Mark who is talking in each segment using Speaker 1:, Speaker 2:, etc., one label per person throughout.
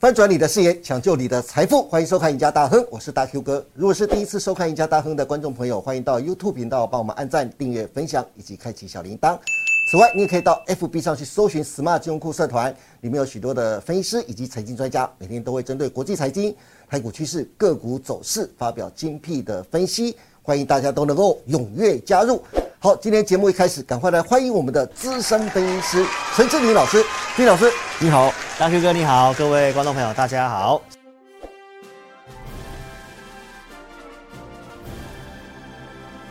Speaker 1: 翻转你的视野，抢救你的财富，欢迎收看《赢家大亨》，我是大 Q 哥。如果是第一次收看《赢家大亨》的观众朋友，欢迎到 YouTube 频道帮我们按赞、订阅、分享以及开启小铃铛。此外，你也可以到 FB 上去搜寻 “Smart 金融库社团”，里面有许多的分析师以及财经专家，每天都会针对国际财经、台股趋势、个股走势发表精辟的分析，欢迎大家都能够踊跃加入。好，今天节目一开始，赶快来欢迎我们的资深分析师陈志明老师。丁老师，
Speaker 2: 你好，大 Q 哥你好，各位观众朋友大家好。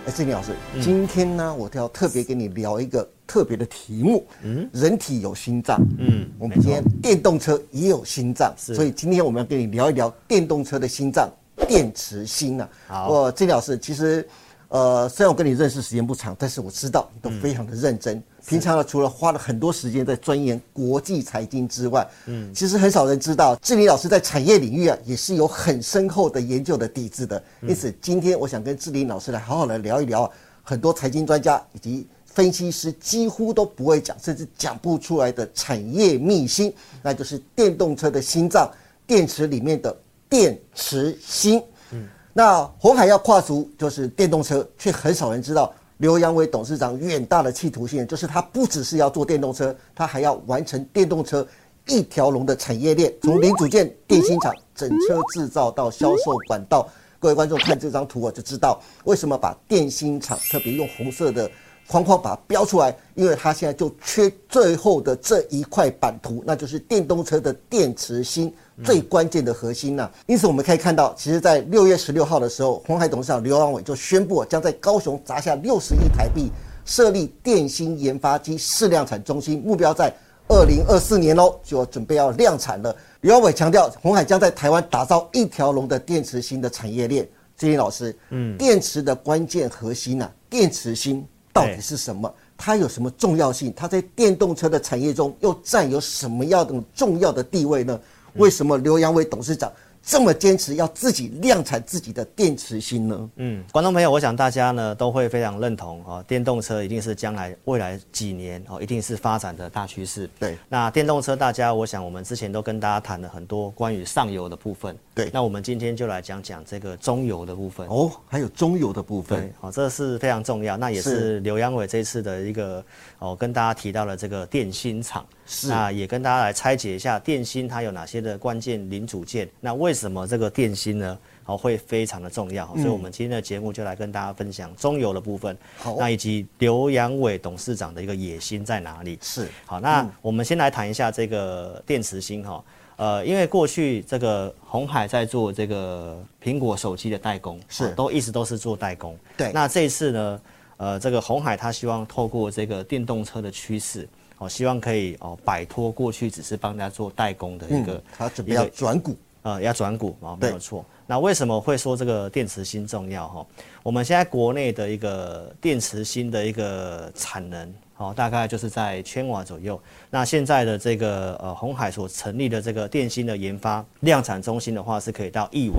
Speaker 1: 哎，志明老师，今天呢，我都要特别跟你聊一个特别的题目。嗯，人体有心脏。嗯，我们今天电动车也有心脏，
Speaker 2: 是
Speaker 1: 所以今天我们要跟你聊一聊电动车的心脏——电池心啊。
Speaker 2: 好
Speaker 1: 我志明老师，其实，呃，虽然我跟你认识时间不长，但是我知道你都非常的认真。平常呢，除了花了很多时间在钻研国际财经之外，嗯，其实很少人知道，志玲老师在产业领域啊，也是有很深厚的研究的底子的。因此，今天我想跟志玲老师来好好来聊一聊啊，很多财经专家以及分析师几乎都不会讲，甚至讲不出来的产业秘辛，那就是电动车的心脏——电池里面的电池芯。嗯那红海要跨足就是电动车，却很少人知道刘扬伟董事长远大的企图性，就是他不只是要做电动车，他还要完成电动车一条龙的产业链，从零组件、电芯厂、整车制造到销售管道。各位观众看这张图，我就知道为什么把电芯厂特别用红色的框框把它标出来，因为它现在就缺最后的这一块版图，那就是电动车的电池芯最关键的核心呐、因此我们可以看到，其实，在六月十六号的时候，红海董事长刘昂伟就宣布将在高雄砸下六十亿台币，设立电芯研发及试量产中心，目标在。二零二四年喽，就准备要量产了。刘耀伟强调，红海将在台湾打造一条龙的电池芯的产业链。志林老师，嗯，电池的关键核心呐、电池芯到底
Speaker 2: 对
Speaker 1: 是什么？它有什么重要性？它在电动车的产业中又占有什么样的重要的地位呢？为什么刘扬伟董事长这么坚持要自己量产自己的电池芯呢？
Speaker 2: 嗯，观众朋友，我想大家呢都会非常认同哦，电动车一定是将来未来几年哦，一定是发展的大趋势。
Speaker 1: 对
Speaker 2: 那电动车大家，我想我们之前都跟大家谈了很多关于上游的部分。
Speaker 1: 对
Speaker 2: 那我们今天就来讲讲这个中游的部分。
Speaker 1: 哦，还有中游的部
Speaker 2: 对
Speaker 1: 分，，
Speaker 2: 好、这是非常重要，那也
Speaker 1: 是
Speaker 2: 是刘阳伟这次的一个哦，跟大家提到了这个电芯厂，
Speaker 1: 是
Speaker 2: 那也跟大家来拆解一下电芯它有哪些的关键零组件，那为什么这个电芯呢？哦，会非常的重要，哦所以我们今天的节目就来跟大家分享中游的部分，
Speaker 1: 嗯好
Speaker 2: 那以及刘阳伟董事长的一个野心在哪里？
Speaker 1: 是
Speaker 2: 好，
Speaker 1: 嗯
Speaker 2: 那我们先来谈一下这个电池芯哈。呃，因为过去这个红海在做这个苹果手机的代工，
Speaker 1: 是
Speaker 2: 哦都一直都是做代工。
Speaker 1: 对
Speaker 2: 那这一次呢，呃，这个红海他希望透过这个电动车的趋势，哦，希望可以哦摆脱过去只是帮人家做代工的一个，
Speaker 1: 嗯，他准备
Speaker 2: 一个
Speaker 1: 要转股，
Speaker 2: 呃，要转股啊，没
Speaker 1: 对
Speaker 2: 有错。那为什么会说这个电池芯重要哈？我们现在国内的一个电池芯的一个产能，哦，大概就是在千瓦左右。那现在的这个呃红海所成立的这个电芯的研发量产中心的话，是可以到亿瓦，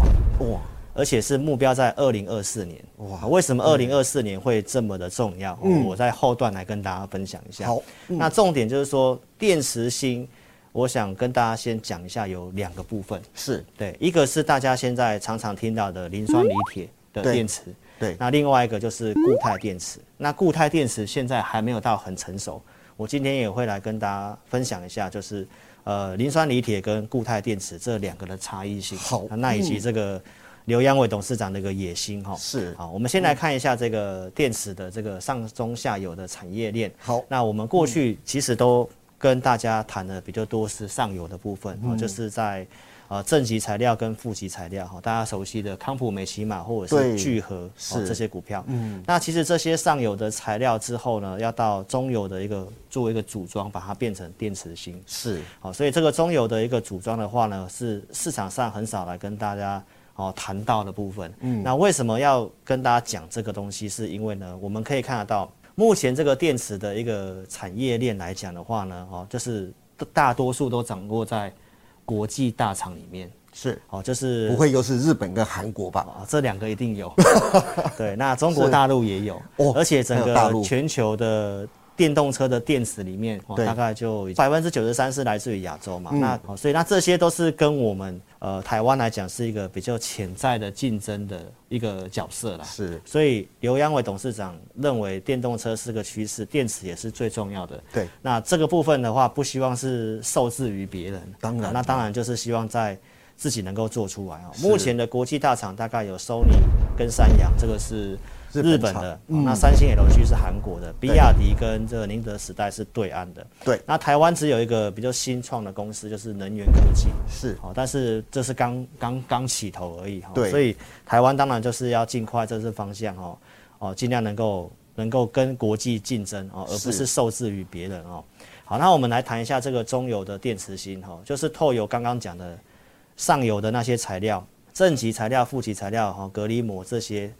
Speaker 1: 哇，
Speaker 2: 而且是目标在二零二四年。
Speaker 1: 哇嗯
Speaker 2: 哇，为什么二零二四年会这么的重要？哦我在后段来跟大家分享一下。
Speaker 1: 好嗯
Speaker 2: 那重点就是说电池芯，我想跟大家先讲一下有两个部分。
Speaker 1: 是
Speaker 2: 对，一个是大家现在常常听到的磷酸锂铁的
Speaker 1: 对
Speaker 2: 电池，
Speaker 1: 对
Speaker 2: 那另外一个就是固态电池。那固态电池现在还没有到很成熟，我今天也会来跟大家分享一下，就是呃磷酸锂铁跟固态电池这两个的差异性，
Speaker 1: 好
Speaker 2: 那以及这个刘阳伟董事长的一个野心哈、
Speaker 1: 是
Speaker 2: 好，我们先来看一下这个电池的这个上中下游的产业链。
Speaker 1: 好
Speaker 2: 那我们过去其实都跟大家谈的比较多是上游的部分，
Speaker 1: 嗯
Speaker 2: 哦，就是在呃正极材料跟负极材料哈，大家熟悉的康普美奇玛或者
Speaker 1: 对
Speaker 2: 是聚合哦
Speaker 1: 是
Speaker 2: 这些股票。嗯，那其实这些上游的材料之后呢，要到中游的一个做一个组装，把它变成电池芯。
Speaker 1: 是
Speaker 2: 好，所以这个中游的一个组装的话呢，是市场上很少来跟大家哦谈到的部分。嗯，那为什么要跟大家讲这个东西？是因为呢，我们可以看得到，目前这个电池的一个产业链来讲的话呢，哦，就是大多数都掌握在国际大厂里面。
Speaker 1: 是，
Speaker 2: 哦，就是
Speaker 1: 不会又是日本跟韩国吧？
Speaker 2: 啊，这两个一 定有。对，那中国大陆也有
Speaker 1: 哦，
Speaker 2: 而且整
Speaker 1: 还有大
Speaker 2: 个
Speaker 1: 陆
Speaker 2: 全球的电动车的电池里面，哦、
Speaker 1: 对嗯
Speaker 2: 大概就百分之九十三是来自于亚洲嘛。那、哦、所以那这些都是跟我们呃台湾来讲是一个比较潜在的竞争的一个角色啦。
Speaker 1: 是
Speaker 2: 所以刘扬伟董事长认为电动车是个趋势，电池也是最重要的。
Speaker 1: 对，
Speaker 2: 那这个部分的话，不希望是受制于别人。
Speaker 1: 当然
Speaker 2: 那当然就是希望在自己能够做出来哦。目前的国际大厂大概有 Sony 跟三洋，这个是
Speaker 1: 日本
Speaker 2: 日本
Speaker 1: 厂嗯
Speaker 2: 的。哦那三星 LG 是韩国的，比亚迪跟这个宁德时代是对岸的。
Speaker 1: 对
Speaker 2: 那台湾只有一个比较新创的公司，就是能源科技。
Speaker 1: 是
Speaker 2: 哦，但是这是刚刚刚起头而已哈、
Speaker 1: 对
Speaker 2: 所以台湾当然就是要尽快这是方向哦，哦，尽量能够能够跟国际竞争哦，而不
Speaker 1: 是
Speaker 2: 是受制于别人哦。好，那我们来谈一下这个中油的电池芯哈、哦，就是透油刚刚讲的上游的那些材料，正极材料、负极材料哈、哦、隔离膜这些，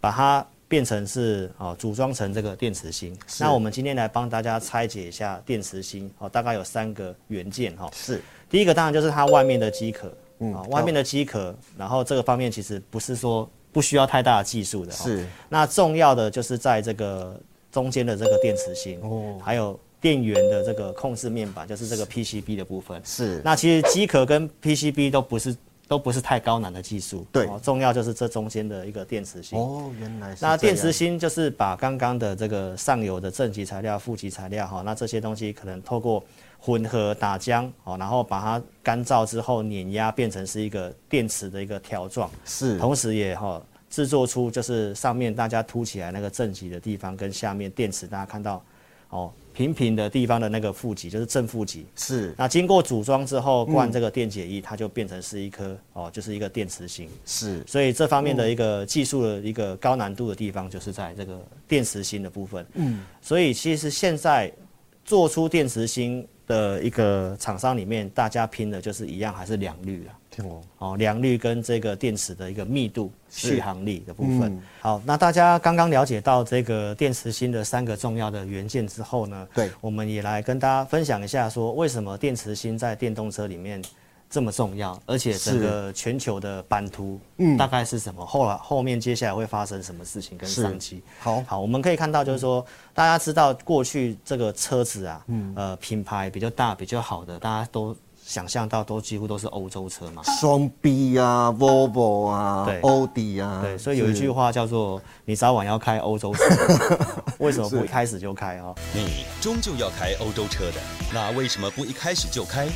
Speaker 2: 把它变成是哦组装成这个电池芯。那我们今天来帮大家拆解一下电池芯哦，大概有三个元件哈、哦。
Speaker 1: 是
Speaker 2: 第一个当然就是它外面的机壳，嗯，外面的机壳，然后这个方面其实不是说不需要太大的技术的，哦。
Speaker 1: 是
Speaker 2: 那重要的就是在这个中间的这个电池芯，哦，还有电源的这个控制面板，就是这个 PCB 的部分。
Speaker 1: 是
Speaker 2: 那其实机壳跟 PCB 都不是都不是太高难的技术，哦
Speaker 1: 对
Speaker 2: 重要就是这中间的一个电池芯。
Speaker 1: 哦，原来是
Speaker 2: 那电池
Speaker 1: 这样
Speaker 2: 芯就是把刚刚的这个上游的正极材料、负极材料哈，那这些东西可能透过混合打浆哦，然后把它干燥之后碾压，变成是一个电池的一个条状，
Speaker 1: 是
Speaker 2: 同时也哈制作出就是上面大家凸起来那个正极的地方，跟下面电池大家看到哦平平的地方的那个负极，就是正负极。
Speaker 1: 是
Speaker 2: 那经过组装之
Speaker 1: 嗯
Speaker 2: 后，灌这个电解液，它就变成是一颗哦，就是一个电池芯。
Speaker 1: 是
Speaker 2: 所以这方面的一个技术的一个高难度的地方，就是在这个电池芯的部分。嗯，所以其实现在做出电池芯的一个厂商里面，大家拼的就是一样，还是良率啊。
Speaker 1: 听我
Speaker 2: 哦，良率跟这个电池的一个密度、续航力的部分。
Speaker 1: 嗯
Speaker 2: 好，那大家刚刚了解到这个电池芯的三个重要的元件之后呢，
Speaker 1: 对
Speaker 2: 我们也来跟大家分享一下，说为什么电池芯在电动车里面这么重要，而且整个全球的版图，
Speaker 1: 嗯
Speaker 2: 大概是什么？后来后面接下来会发生什么事情跟
Speaker 1: 是
Speaker 2: 商机？哦
Speaker 1: 好
Speaker 2: 好，我们可以看到，就是说，大家知道过去这个车子啊，
Speaker 1: 嗯
Speaker 2: 呃，品牌比较大、比较好的，大家都想象到都几乎都是欧洲车嘛。
Speaker 1: 双 B 啊，Volvo 啊
Speaker 2: 对，
Speaker 1: 欧迪啊，
Speaker 2: 对，所以有一
Speaker 1: 是
Speaker 2: 句话叫做“你早晚要开欧 洲车”，为什么不一开始就开啊、哦？
Speaker 3: 你终究要开欧洲车的，那为什么不一开始就开？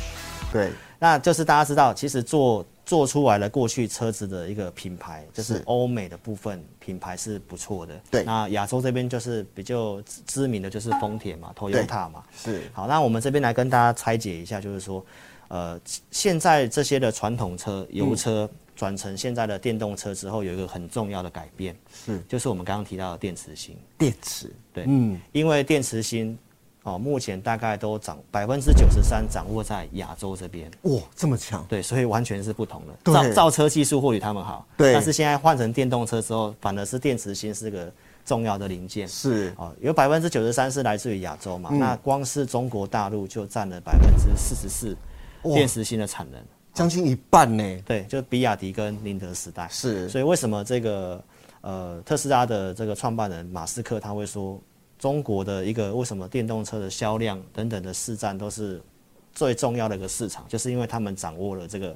Speaker 1: 对
Speaker 2: 那就是大家知道，其实做做出来了过去车子的一个品牌，就是
Speaker 1: 是
Speaker 2: 欧美的部分品牌是不错的。
Speaker 1: 对
Speaker 2: 那亚洲这边就是比较知知名的就是丰田嘛，Toyota 嘛。
Speaker 1: 是
Speaker 2: 好，那我们这边来跟大家拆解一下，就是说，呃，现在这些的传统车、
Speaker 1: 嗯
Speaker 2: 油车转成现在的电动车之后，有一个很重要的改变，
Speaker 1: 是嗯
Speaker 2: 就是我们刚刚提到的电池芯。
Speaker 1: 电池
Speaker 2: 对，因为电池芯哦，目前大概都掌百分之九十三掌握在亚洲这边，
Speaker 1: 哇，这么强，
Speaker 2: 对，所以完全是不同的。
Speaker 1: 对
Speaker 2: 造造车技术或许他们好，
Speaker 1: 对
Speaker 2: 但是现在换成电动车之后，反而是电池芯是个重要的零件。
Speaker 1: 是
Speaker 2: 哦，有百分之九十三是来自于亚洲
Speaker 1: 嗯
Speaker 2: 嘛，那光是中国大陆就占了百分之四十四电池芯的产能。
Speaker 1: 将近一半呢，
Speaker 2: 对，就是比亚迪跟宁德时代。
Speaker 1: 是
Speaker 2: 所以为什么这个呃特斯拉的这个创办人马斯克他会说，中国的一个为什么电动车的销量等等的市占都是最重要的一个市场，就是因为他们掌握了这个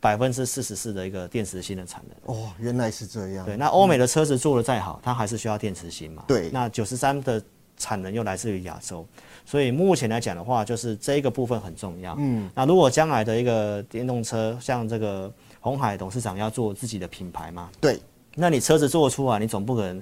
Speaker 2: 百分之四十四的一个电池芯的产能。
Speaker 1: 哦，原来是这样，
Speaker 2: 对，那欧美的车子做的再好，它还是需要电池芯嘛。
Speaker 1: 对
Speaker 2: 那九十三的产能又来自于亚洲，所以目前来讲的话，就是这个部分很重要。嗯，那如果将来的一个电动车，像这个红海董事长要做自己的品牌嘛，
Speaker 1: 对
Speaker 2: 那你车子做出啊来，你总不可能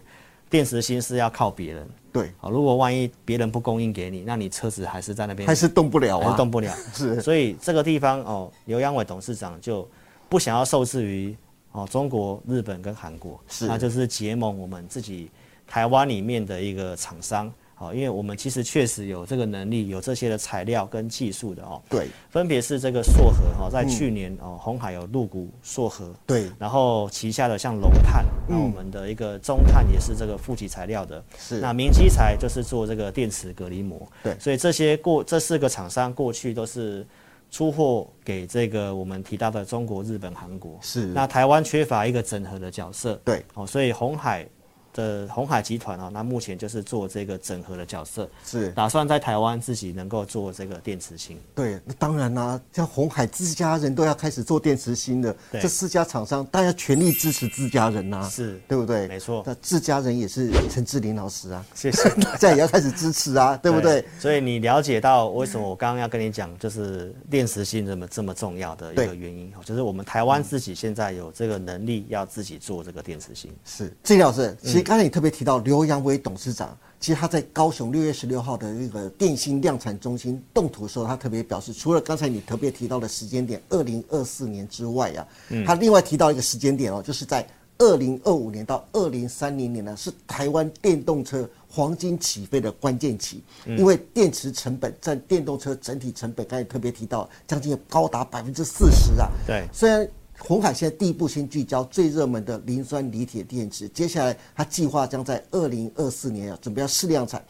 Speaker 2: 电池芯是要靠别人。
Speaker 1: 对，
Speaker 2: 好，如果万一别人不供应给你，那你车子还是在那边
Speaker 1: 还是动不了
Speaker 2: 还
Speaker 1: 啊，
Speaker 2: 是动不了。
Speaker 1: 是
Speaker 2: 所以这个地方哦，刘阳伟董事长就不想要受制于哦中国、日本跟韩国，
Speaker 1: 是
Speaker 2: 那就是结盟我们自己台湾里面的一个厂商。好，因为我们其实确实有这个能力，有这些的材料跟技术的哦。
Speaker 1: 对
Speaker 2: 分别是这个硕和哈，
Speaker 1: 嗯
Speaker 2: 在去年哦，红海有入股硕和，
Speaker 1: 对
Speaker 2: 然后旗下的像龙炭，
Speaker 1: 嗯
Speaker 2: 那我们的一个中炭也是这个负极材料的，
Speaker 1: 是
Speaker 2: 那明基材就是做这个电池隔离膜，
Speaker 1: 对
Speaker 2: 所以这些过这四个厂商过去都是出货给这个我们提到的中国、日本、韩国，
Speaker 1: 是
Speaker 2: 那台湾缺乏一个整合的角色，
Speaker 1: 对
Speaker 2: 哦，所以红海。的红海集团啊，那目前就是做这个整合的角色，
Speaker 1: 是
Speaker 2: 打算在台湾自己能够做这个电池芯。
Speaker 1: 对，那当然啦、像红海自家人都要开始做电池芯了，
Speaker 2: 对
Speaker 1: 这四家厂商大家全力支持自家人呐、
Speaker 2: 是
Speaker 1: 对不对？
Speaker 2: 没错
Speaker 1: 那自家人也是陈志林老师啊，
Speaker 2: 谢谢。
Speaker 1: 大家也要开始支持啊，对不对？？
Speaker 2: 所以你了解到为什么我刚刚要跟你讲，就是电池性这么这么重要的一个
Speaker 1: 对嗯
Speaker 2: 原因，就是我们台湾自己现在有这个能力要自己做这个电池性。
Speaker 1: 是，志林老师，其实刚才你特别提到刘阳伟董事长，其实他在高雄六月十六号的那个电信量产中心动土的时候，他特别表示，除了刚才你特别提到的时间点二零二四年之外呀、他另外提到一个时间点哦，就是在二零二五年到二零三零年呢，是台湾电动车黄金起飞的关键期，因为电池成本占电动车整体成本，刚才特别提到，将近高达百分之四十啊。
Speaker 2: 对
Speaker 1: 虽然红海现在第一步先聚焦最热门的磷酸锂铁电池，接下来它计划将在二零二四年啊，准备要试量产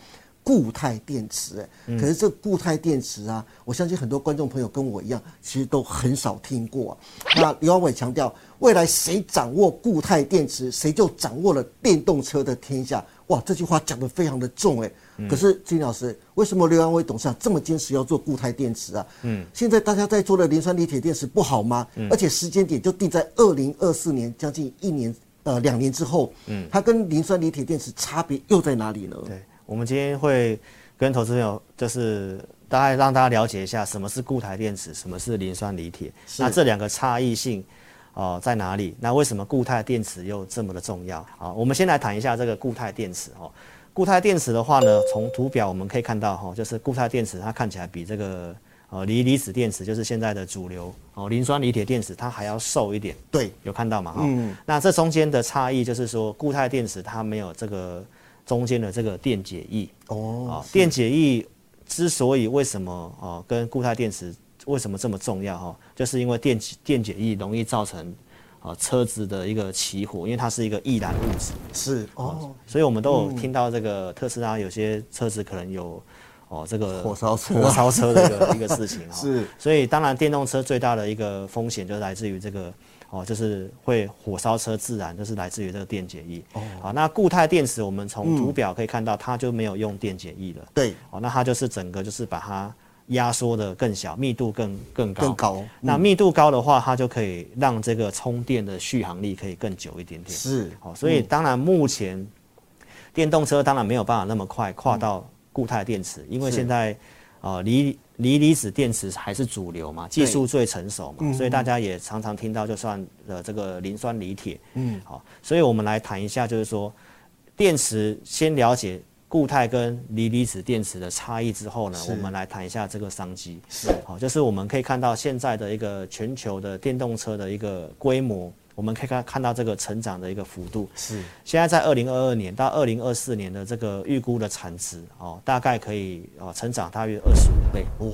Speaker 1: 固态电池。哎，可是这固态电池啊，我相信很多观众朋友跟我一样，其实都很少听过、啊。那刘安伟强调，未来谁掌握固态电池，谁就掌握了电动车的天下。哇，这句话讲得非常的重哎、
Speaker 2: 嗯
Speaker 1: 可是金老师，为什么刘安伟董事长这么坚持要做固态电池啊？嗯，现在大家在做的磷酸锂铁电池不好吗？
Speaker 2: 嗯
Speaker 1: 而且时间点就定在二零二四年，将近一年呃两年之后。嗯，它跟磷酸锂铁电池差别又在哪里呢？
Speaker 2: 对，我们今天会跟投资朋友就是大概让大家了解一下什么是固态电池，什么是磷酸锂铁，那这两个差异性。哦，在哪里？那为什么固态电池又这么的重要？好，我们先来谈一下这个固态电池哦。固态电池的话呢，从图表我们可以看到哈、哦，就是固态电池它看起来比这个呃锂离子电池，就是现在的主流哦磷酸锂铁电池，它还要瘦一点。
Speaker 1: 对，
Speaker 2: 有看到嘛？哈、那这中间的差异就是说，固态电池它没有这个中间的这个电解液
Speaker 1: 哦，
Speaker 2: 啊、电解液之所以为什么哦、跟固态电池为什么这么重要哈、就是因为电解电解液容易造成啊、车子的一个起火，因为它是一个易燃物质。
Speaker 1: 是哦，
Speaker 2: 所以我们都有听到这个特斯拉有些车子可能有哦这个
Speaker 1: 火烧车啊
Speaker 2: 火烧车的 一个一个事情哈。
Speaker 1: 是，
Speaker 2: 所以当然电动车最大的一个风险就是来自于这个。哦，就是会火烧车，自燃就是来自于这个电解液。哦，好，那固态电池我们
Speaker 1: 嗯
Speaker 2: 从图表可以看到，它就没有用电解液了。
Speaker 1: 对，
Speaker 2: 哦，那它就是整个就是把它压缩的更小，密度更更高。
Speaker 1: 更高嗯
Speaker 2: 那密度高的话，它就可以让这个充电的续航力可以更久一点点。
Speaker 1: 是
Speaker 2: 好、所以当然目前电动车当然没有办法那么快跨
Speaker 1: 嗯
Speaker 2: 到固态电池，因为现在呃锂锂离子电池还是主流嘛，技术最成熟嘛，所以大家也常常听到就算呃这个磷酸锂铁，嗯，好、所以我们来谈一下就是说电池先了解。固态跟锂离子电池的差异之后呢，我们来谈一下这个商机。是，好、就是我们可以看到现在的一个全球的电动车的一个规模，我们可以看看到这个成长的一个幅度。
Speaker 1: 是
Speaker 2: 现在在二零二二年到二零二四年的这个预估的产值哦，大概可以哦成长大约二十五倍。
Speaker 1: 哇，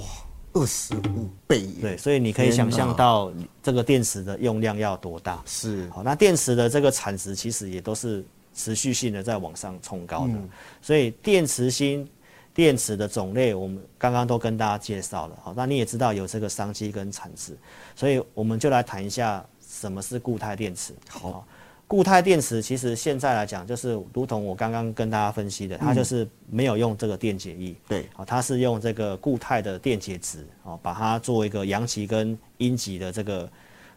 Speaker 1: 二十五倍耶，
Speaker 2: 对，所以你可以想象到这个电池的用量要多大。
Speaker 1: 是
Speaker 2: 嗯好，那电池的这个产值其实也都是持续性的在往上冲高的，所以电池芯、电池的种类，我们刚刚都跟大家介绍了。好，那你也知道有这个商机跟产值，所以我们就来谈一下什么是固态电池。好，固态电池其实现在来讲，就是如同我刚刚跟大家分析的，它就是没有用这个电解液，
Speaker 1: 对
Speaker 2: 好，它是用这个固态的电解质，哦，把它做一个阳极跟阴极的这个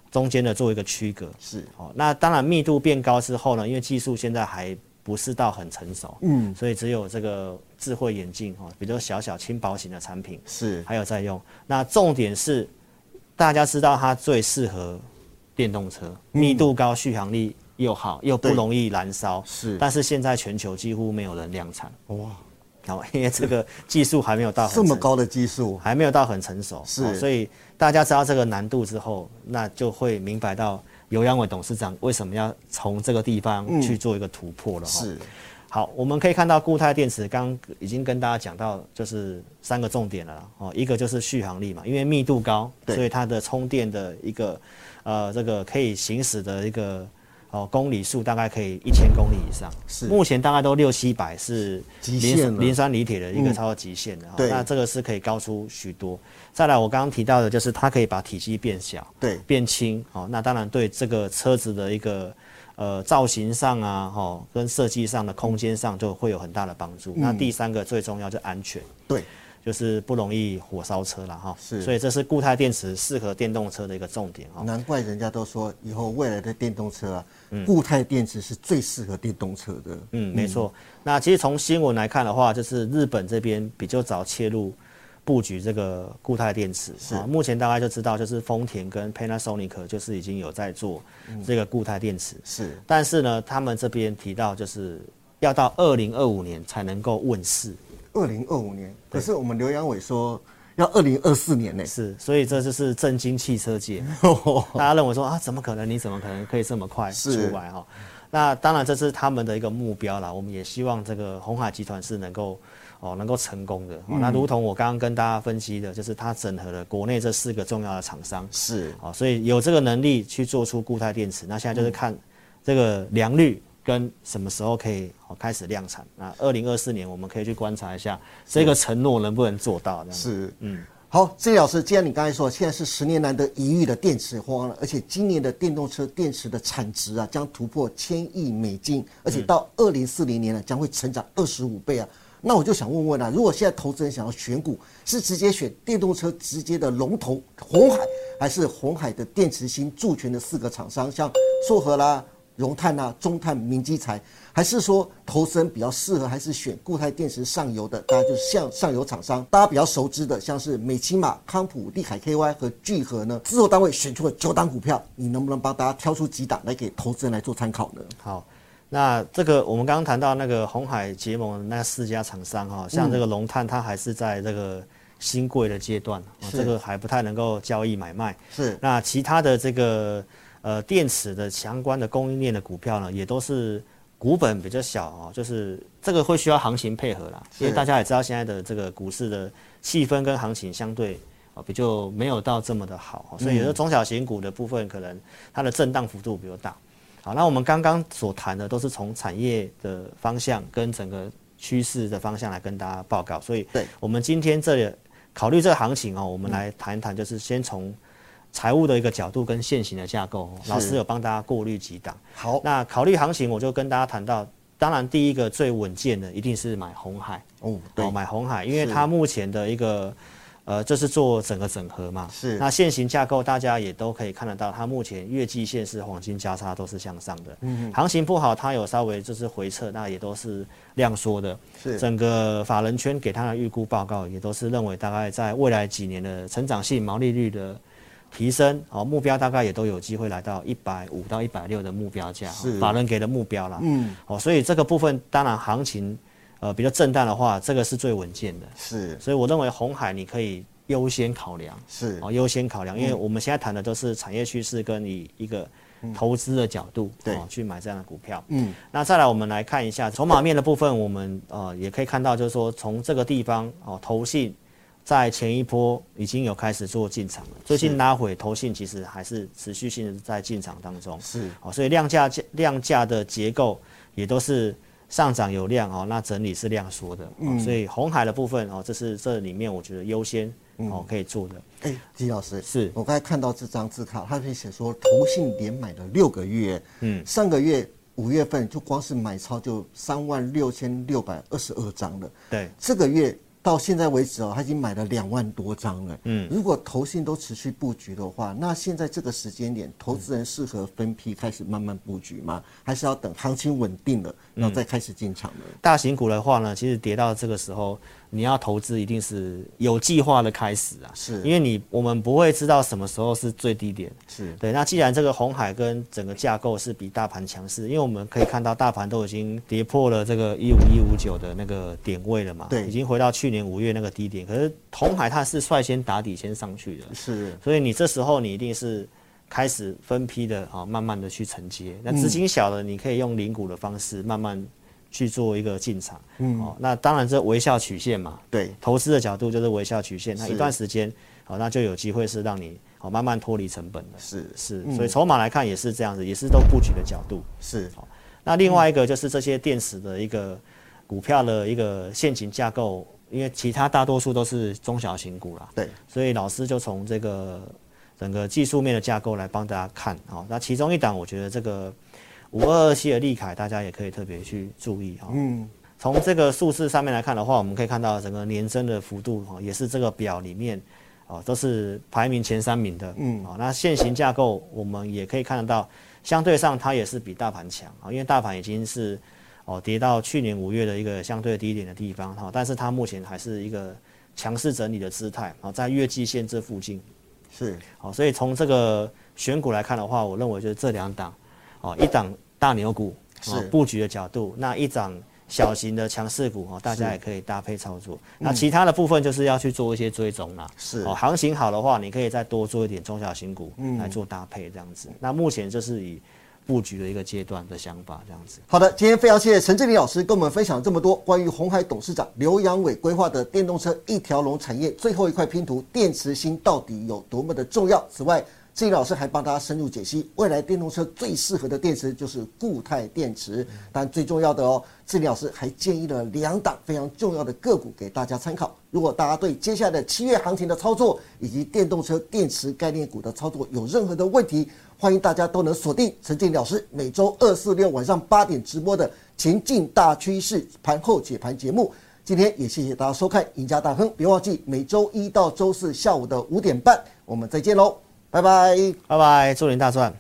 Speaker 2: 中间的做一个区隔。
Speaker 1: 是
Speaker 2: 哦，那当然密度变高之后呢，因为技术现在还不是到很成熟，嗯，所以只有这个智慧眼镜哦，比较小小轻薄型的产品
Speaker 1: 是
Speaker 2: 还有在用。那重点是，大家知道它最适合电动车，密度高，续航力又好，又不
Speaker 1: 嗯对
Speaker 2: 容易燃烧。
Speaker 1: 是
Speaker 2: 但是现在全球几乎没有人量产，
Speaker 1: 哇，
Speaker 2: 然后因为这个技术还没有到很
Speaker 1: 这么
Speaker 2: 成
Speaker 1: 高的技术，
Speaker 2: 还没有到很成熟，哦
Speaker 1: 是
Speaker 2: 所以大家知道这个难度之后，那就会明白到尤阳伟董事长为什么要从这个地方去做一个突破了哈、
Speaker 1: 嗯是
Speaker 2: 好，我们可以看到固态电池，刚刚已经跟大家讲到，就是三个重点了啦哦，一个就是续航力嘛，因为密度高，
Speaker 1: 对
Speaker 2: 所以它的充电的一个呃这个可以行驶的一个哦公里数大概可以一千公里以上，
Speaker 1: 是
Speaker 2: 目前大概都六七百是
Speaker 1: 极
Speaker 2: 磷
Speaker 1: 限了嗯
Speaker 2: 磷酸锂铁的一个超过极限的、哈
Speaker 1: 对
Speaker 2: 那这个是可以高出许多。再来，我刚刚提到的就是它可以把体积变小，
Speaker 1: 对
Speaker 2: 变轻，哦，那当然对这个车子的一个呃造型上啊，哈、跟设计上的空间上就会有很大的帮
Speaker 1: 嗯
Speaker 2: 助。那第三个最重要就是安全，
Speaker 1: 对，
Speaker 2: 就是不容易火烧车了哈。
Speaker 1: 是
Speaker 2: 所以这是固态电池适合电动车的一个重点哈。哦
Speaker 1: 难怪人家都说以后未来的电动车啊，固态电池是最适合电动车的。
Speaker 2: 嗯，没错。那其实从新闻来看的话，就是日本这边比较早切入布局这个固态电池。是、目前大概就知道，就是丰田跟 Panasonic 就是已经有在做这个固态电池。
Speaker 1: 是
Speaker 2: 但是呢，他们这边提到就是要到二零二五年才能够问世，
Speaker 1: 二零二五年，可是我们刘阳伟说要二零二四年呢、
Speaker 2: 是，所以这就是震惊汽车界。大家认为说啊，怎么可能？你怎么可能可以这么快出
Speaker 1: 哦是
Speaker 2: 来哈、那当然，这是他们的一个目标啦。我们也希望这个红海集团是能够哦能够成功的、哦
Speaker 1: 嗯
Speaker 2: 那如同我刚刚跟大家分析的，就是它整合了国内这四个重要的厂商，
Speaker 1: 是
Speaker 2: 哦，所以有这个能力去做出固态电池。那现在就是
Speaker 1: 嗯
Speaker 2: 看这个良率跟什么时候可以哦开始量产。那二零二四年我们可以去观察一下这个承诺能不能做到。这样子
Speaker 1: 是，嗯。好，郑老师，既然你刚才说现在是十年难得一遇的电池荒了，而且今年的电动车电池的产值啊将突破千亿美金，而且到二零四零年呢将会成长二十五倍啊。那我就想问问啊，如果现在投资人想要选股，是直接选电动车直接的龙头红海，还是红海的电池新助权的四个厂商，像硕和啦、荣碳啊、中碳、明基材，还是说投资人比较适合，还是选固态电池上游的？大家就是像上游厂商，大家比较熟知的，像是美骑马、康普、利凯 KY 和聚合呢。制作单位选出了九档股票，你能不能帮大家挑出几档来给投资人来做参考呢？
Speaker 2: 好，那这个我们刚刚谈到那个红海结盟的那四家厂商哈、像这个龙炭，它还是在这个新贵的阶段，哦、
Speaker 1: 是
Speaker 2: 这个还不太能够交易买卖。
Speaker 1: 是
Speaker 2: 那其他的这个呃电池的相关的供应链的股票呢，也都是股本比较小哦，就是这个会需要行情配合啦，因为大家也知道现在的这个股市的气氛跟行情相对。哦，比较没有到这么的好，哦所以有的中小型股的部分，可能它的震荡幅度比较大。好，那我们刚刚所谈的都是从产业的方向跟整个趋势的方向来跟大家报告，所以
Speaker 1: 对
Speaker 2: 我们今天这里考虑这个行情哦，我们来谈一谈，就是先从财务的一个角度跟现行的架构哦，老师有帮大家过滤几档。
Speaker 1: 好，
Speaker 2: 那考虑行情，我就跟大家谈到，当然第一个最稳健的一定是买红海，
Speaker 1: 哦，
Speaker 2: 哦，
Speaker 1: 对，
Speaker 2: 买红海，因为
Speaker 1: 是
Speaker 2: 它目前的一个。呃，就是做整个整合嘛，
Speaker 1: 是
Speaker 2: 那现行架构大家也都可以看得到，它目前月季线是黄金交叉都是向上的，嗯，行情不好，它有稍微就是回撤，那也都是量缩的，
Speaker 1: 是
Speaker 2: 整个法人圈给他的预估报告也都是认为，大概在未来几年的成长性、毛利率的提升，哦，目标大概也都有机会来到一百五到一百六的目标价，哦
Speaker 1: 是
Speaker 2: 法人给的目标啦。
Speaker 1: 嗯，
Speaker 2: 哦，所以这个部分当然行情呃比较震荡的话，这个是最稳健的。
Speaker 1: 是
Speaker 2: 所以我认为红海你可以优先考量，
Speaker 1: 是
Speaker 2: 哦，优先考量，
Speaker 1: 嗯
Speaker 2: 因为我们现在谈的都是产业趋势跟以一个投资的角度，
Speaker 1: 对
Speaker 2: 哦，去买这样的股票。嗯，那再来我们来看一下筹码面的部分，我们呃也可以看到，就是说从这个地方哦，投信在前一波已经有开始做进场了，最近拉回投信其实还是持续性地在进场当中。
Speaker 1: 是
Speaker 2: 哦，所以量价量价的结构也都是上涨有量哦，那整理是量缩的、哦
Speaker 1: 嗯
Speaker 2: 所以红海的部分哦，这是这里面我觉得优先
Speaker 1: 嗯
Speaker 2: 哦可以做的。
Speaker 1: 哎，金老师，
Speaker 2: 是
Speaker 1: 我刚才看到这张字卡，它是写说投信连买了六个月，嗯，上个月五月份就光是买超就三万六千六百二十二张了，
Speaker 2: 对，
Speaker 1: 这个月到现在为止哦，他已经买了两万多张了，嗯，如果投信都持续布局的话，那现在这个时间点，投资人适合分批开始慢慢布局吗？还是要等行情稳定了，然后再开始进场呢？
Speaker 2: 大型股的话呢，其实跌到这个时候，你要投资一定是有计划的开始啊，
Speaker 1: 是
Speaker 2: 因为你我们不会知道什么时候是最低点。
Speaker 1: 是
Speaker 2: 对，那既然这个红海跟整个架构是比大盘强势，因为我们可以看到大盘都已经跌破了这个一五一五九的那个点位了嘛，
Speaker 1: 对
Speaker 2: 已经回到去年五月那个低点。可是红海它是率先打底先上去的，
Speaker 1: 是
Speaker 2: 所以你这时候你一定是开始分批的啊、慢慢的去承接。那
Speaker 1: 嗯
Speaker 2: 资金小的，你可以用零股的方式慢慢去做一个进场。嗯，哦，那当然这微笑曲线嘛，
Speaker 1: 对
Speaker 2: 投资的角度就是微笑曲线，那
Speaker 1: 是
Speaker 2: 一段时间，哦，那就有机会是让你哦慢慢脱离成本的。
Speaker 1: 是嗯
Speaker 2: 是，所以筹码来看也是这样子，也是都布局的角度。
Speaker 1: 是
Speaker 2: 那另外一个就是这些电池的一个股票的一个现行架构，因为其他大多数都是中小型股啦，
Speaker 1: 对
Speaker 2: 所以老师就从这个整个技术面的架构来帮大家看哦。那其中一档，我觉得这个五二二系的利凯，大家也可以特别去注意哈、嗯，从这个数字上面来看的话，我们可以看到整个年增的幅度哦哈，也是这个表里面哦都是排名前三名的。嗯，哦，那现行架构我们也可以看得到，相对上它也是比大盘强啊，因为大盘已经是哦跌到去年五月的一个相对低点的地方哦哈，但是它目前还是一个强势整理的姿态啊，在月季线这附近。
Speaker 1: 是
Speaker 2: 好，所以从这个选股来看的话，我认为就是这两档，哦，一档大牛股
Speaker 1: 是
Speaker 2: 哦布局的角度，那一档小型的强势股哦，大家也可以搭配操作。那其他的部分就是要去做一些追踪啦。
Speaker 1: 嗯是嗯
Speaker 2: 哦，行情好的话，你可以再多做一点中小型股来做搭配这样子。那目前就是以布局的一个阶段的想法这样子。
Speaker 1: 好的，今天非常谢谢陈志林老师跟我们分享这么多关于红海董事长刘阳伟规划的电动车一条龙产业最后一块拼图电池芯到底有多么的重要。此外，志林老师还帮大家深入解析未来电动车最适合的电池就是固态电池，但最重要的哦，志林老师还建议了两档非常重要的个股给大家参考。如果大家对接下来的七月行情的操作以及电动车电池概念股的操作有任何的问题，欢迎大家都能锁定陈建老师每周二、四、六晚上八点直播的《前进大趋势盘后解盘》节目。今天也谢谢大家收看《赢家大亨》，别忘记每周一到周四下午的五点半，我们再见喽，拜拜。
Speaker 2: 拜拜，祝您大赚！